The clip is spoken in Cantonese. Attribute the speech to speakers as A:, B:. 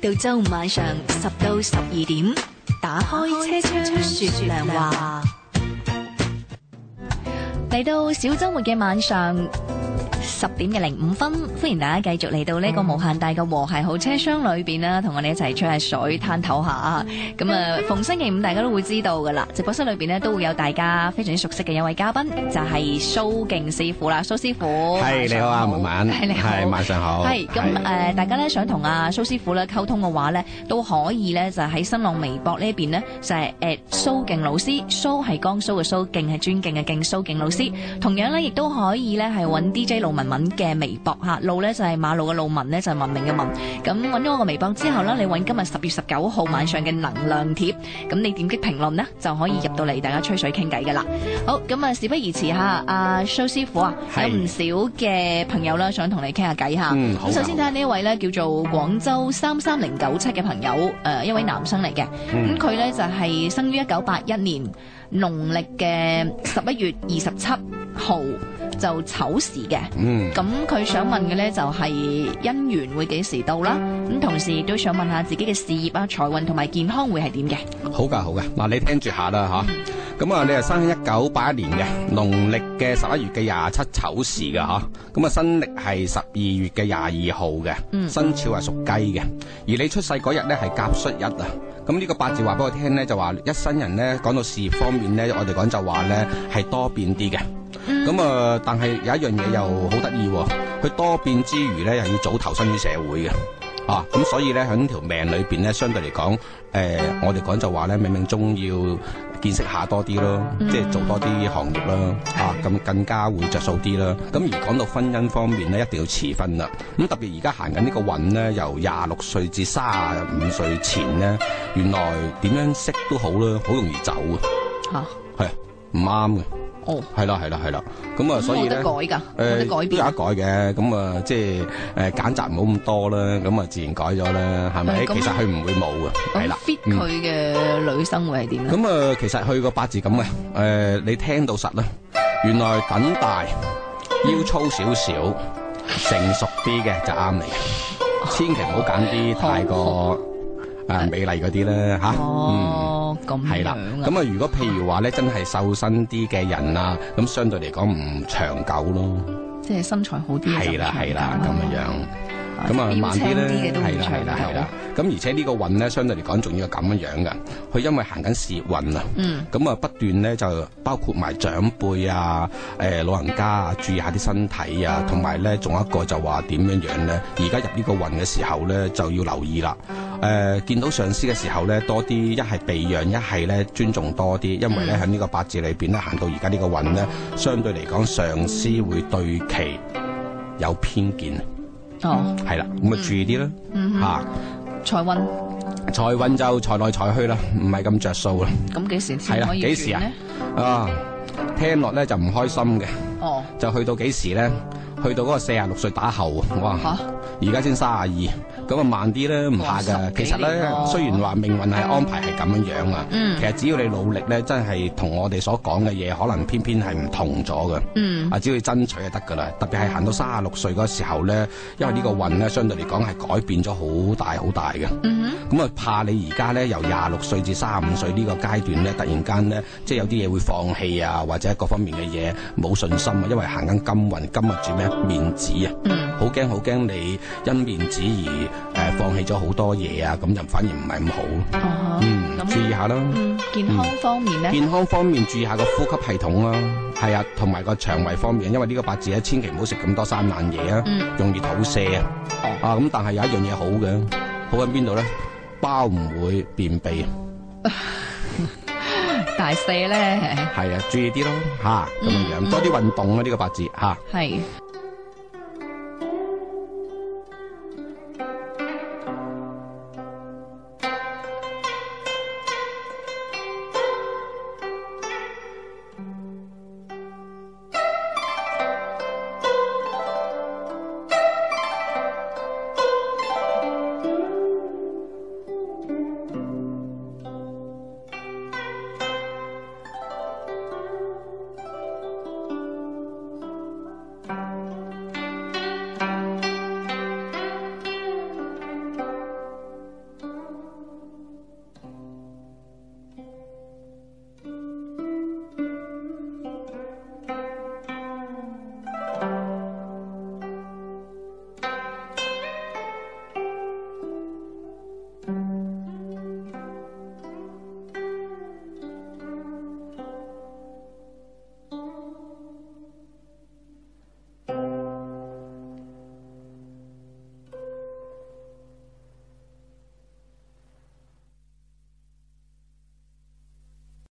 A: 到周五晚上十到十二點，打開車窗說亮話。嚟到小周末嘅晚上十點嘅零五分，歡迎大家繼續嚟到呢個無限大嘅和諧號車廂裏邊啦，同我哋一齊吹下水、攤唞下。咁啊，逢星期五大家都會知道噶啦，直播室裏邊呢，都會有大家非常之熟悉嘅一位嘉賓，就係蘇敬師傅啦，蘇師傅。
B: 係你好啊，文文，
A: 係你好。
B: 係晚上好，
A: 係咁誒，呃大家咧想同阿蘇師傅咧溝通嘅話咧，都可以咧就喺新浪微博呢邊咧就係誒蘇敬老師，蘇係江蘇嘅蘇，敬係尊敬嘅敬，蘇敬老師。同樣咧亦都可以咧係揾 DJ 路文文嘅微博嚇，路咧就係馬路嘅路文咧就係文明嘅文。咁揾咗我個微博之後咧，你揾今日十月十九號晚上嘅能量貼，咁你點擊評論咧就可以入到嚟，大家吹水傾偈㗎啦。好，咁啊事不宜遲嚇，阿蘇師傅啊，有
B: 係
A: 唔少嘅朋友啦想同你傾下偈嚇。
B: 嗯好
A: 咁首先睇
B: 好
A: 下呢一位咧叫做廣州三三零九七嘅朋友，誒、一位男生嚟嘅，咁
B: 嗯
A: 佢咧就係、生於一九八一年農曆嘅十一月二十七號就丑時嘅。
B: 嗯，
A: 咁佢想問嘅呢，就係姻緣會幾時到啦，咁同時亦都想問下自己嘅事業啊、財運同埋健康會係點嘅。
B: 好噶好噶，嗱你聽住下啦吓，咁啊你係生喺一九八一年嘅，農曆嘅十一月嘅廿七丑時嘅吓，咁啊新曆係十二月嘅廿二號嘅，
A: 嗯
B: 生肖係屬雞嘅，而你出世嗰日咧係甲戌日啊。咁呢個八字話俾我聽咧，就話一生人咧講到事業方面咧，我哋講就話咧係多變啲嘅。
A: 嗯
B: 咁啊、呃但係有一樣嘢又好得意喎，佢多變之餘咧，又要早投身於社會嘅。啊，咁所以咧喺條命裏邊咧，相對嚟講，誒、我哋講就話咧，冥冥中要見識下多啲咯，
A: 嗯
B: 即係做多啲行業啦，啊，咁更加會着數啲啦。咁而講到婚姻方面咧，一定要遲婚啦。咁特別而家行緊呢個運咧，由廿六歲至三十五歲前咧，原來點樣識都好啦，好容易走嘅，
A: 嚇、
B: 係唔啱嘅，
A: 哦，
B: 係啦係啦係啦。咁啊，
A: 咁
B: 所以
A: 冇
B: 咧
A: 得改。㗎，冇
B: 誒
A: 得改
B: 都有
A: 變。
B: 得改嘅，咁啊，即係誒揀擇唔好咁多啦，咁啊自然改咗啦，係咪？
A: 嗯咁
B: 其實佢唔會冇嘅，係
A: 咁
B: 啦。
A: fit
B: 嗯
A: 佢嘅女生會係點呢？
B: 咁啊，其實佢個八字咁嘅，誒、你聽到實啦，原來等大，腰粗少少，成熟啲嘅就啱你嘅，千祈唔好揀啲太過誒美麗嗰啲啦吓。嗯
A: 哦，咁
B: 係
A: 樣
B: 啦，
A: 啊。
B: 咁啊，如果譬如話咧，真係瘦身啲嘅人啊，咁相對嚟講唔長久咯。
A: 即係身材好啲嘅就
B: 係啦，係啦，咁樣樣。
A: 啊
B: 咁啊，
A: 標
B: 慢
A: 青
B: 啲
A: 啲嘅，
B: 咧
A: 都唔
B: 係啦，係啦，
A: 長
B: 係
A: 久
B: 啦。咁而且呢個運咧，相對嚟講仲要係咁樣樣嘅。佢因為行緊事業運啊，
A: 嗯
B: 咁啊不斷咧就包括埋長輩啊、誒、老人家啊，注意下啲身體
A: 哦
B: 啊，同埋咧仲有一個就話點樣樣咧。而家入呢個運嘅時候咧，就要留意啦。誒、見到上司嘅時候咧，多啲一係避讓，一係咧尊重多啲，因
A: 嗯
B: 為咧喺呢個八字裏邊咧行到而家呢個運咧，相對嚟講上司會對其有偏見，
A: 哦，
B: 係啦，咁啊注意啲啦，嚇、
A: 嗯哼，財運
B: 財運就財來財去啦，唔係咁着數啦。
A: 咁幾時
B: 係
A: 先
B: 啦
A: 可以
B: 幾時
A: 轉
B: 啊
A: 呢？
B: 啊，聽落咧就唔開心嘅，
A: 哦，
B: 就去到幾時咧？去到嗰個四廿六歲打後啊，哇！
A: 嚇，
B: 而家先三廿二，咁啊慢啲咧，唔怕
A: 哇
B: 噶。
A: 十幾
B: 其實
A: 年喎
B: 咧，雖然話命運係安排係咁樣樣啊，
A: 嗯
B: 其實只要你努力咧，真係同我哋所講嘅嘢，可能偏偏係唔同咗嘅。
A: 嗯
B: 啊，只要爭取就得噶啦。特別係行到三十六歲嗰時候咧，因為呢個運咧，相對嚟講係改變咗好大好大嘅。
A: 嗯哼。
B: 咁啊，怕你而家咧由廿六歲至三十五歲呢個階段咧，突然間咧，即係有啲嘢會放棄啊，或者各方面嘅嘢冇信心啊，因為行緊金運，金運住咩面子啊，
A: 嗯
B: 好驚好驚你因面子而誒、呃放棄咗好多嘢啊，咁就反而唔係咁好。
A: 啊哈
B: 嗯，注意
A: 咁
B: 下啦。
A: 嗯健康方面咧，
B: 健康方面注意下個呼吸系統啦，係啊，同埋個腸胃方面，因為呢個八字咧，千祈唔好食咁多生冷嘢啊，
A: 嗯
B: 容易肚瀉啊。
A: 哦，
B: 啊，咁但係有一樣嘢好嘅，好喺邊度咧？包唔會便秘，嗯
A: 大四咧嗯
B: 係啊，注意啲咯，吓咁樣樣，多啲運動啊，呢個八字吓。
A: 係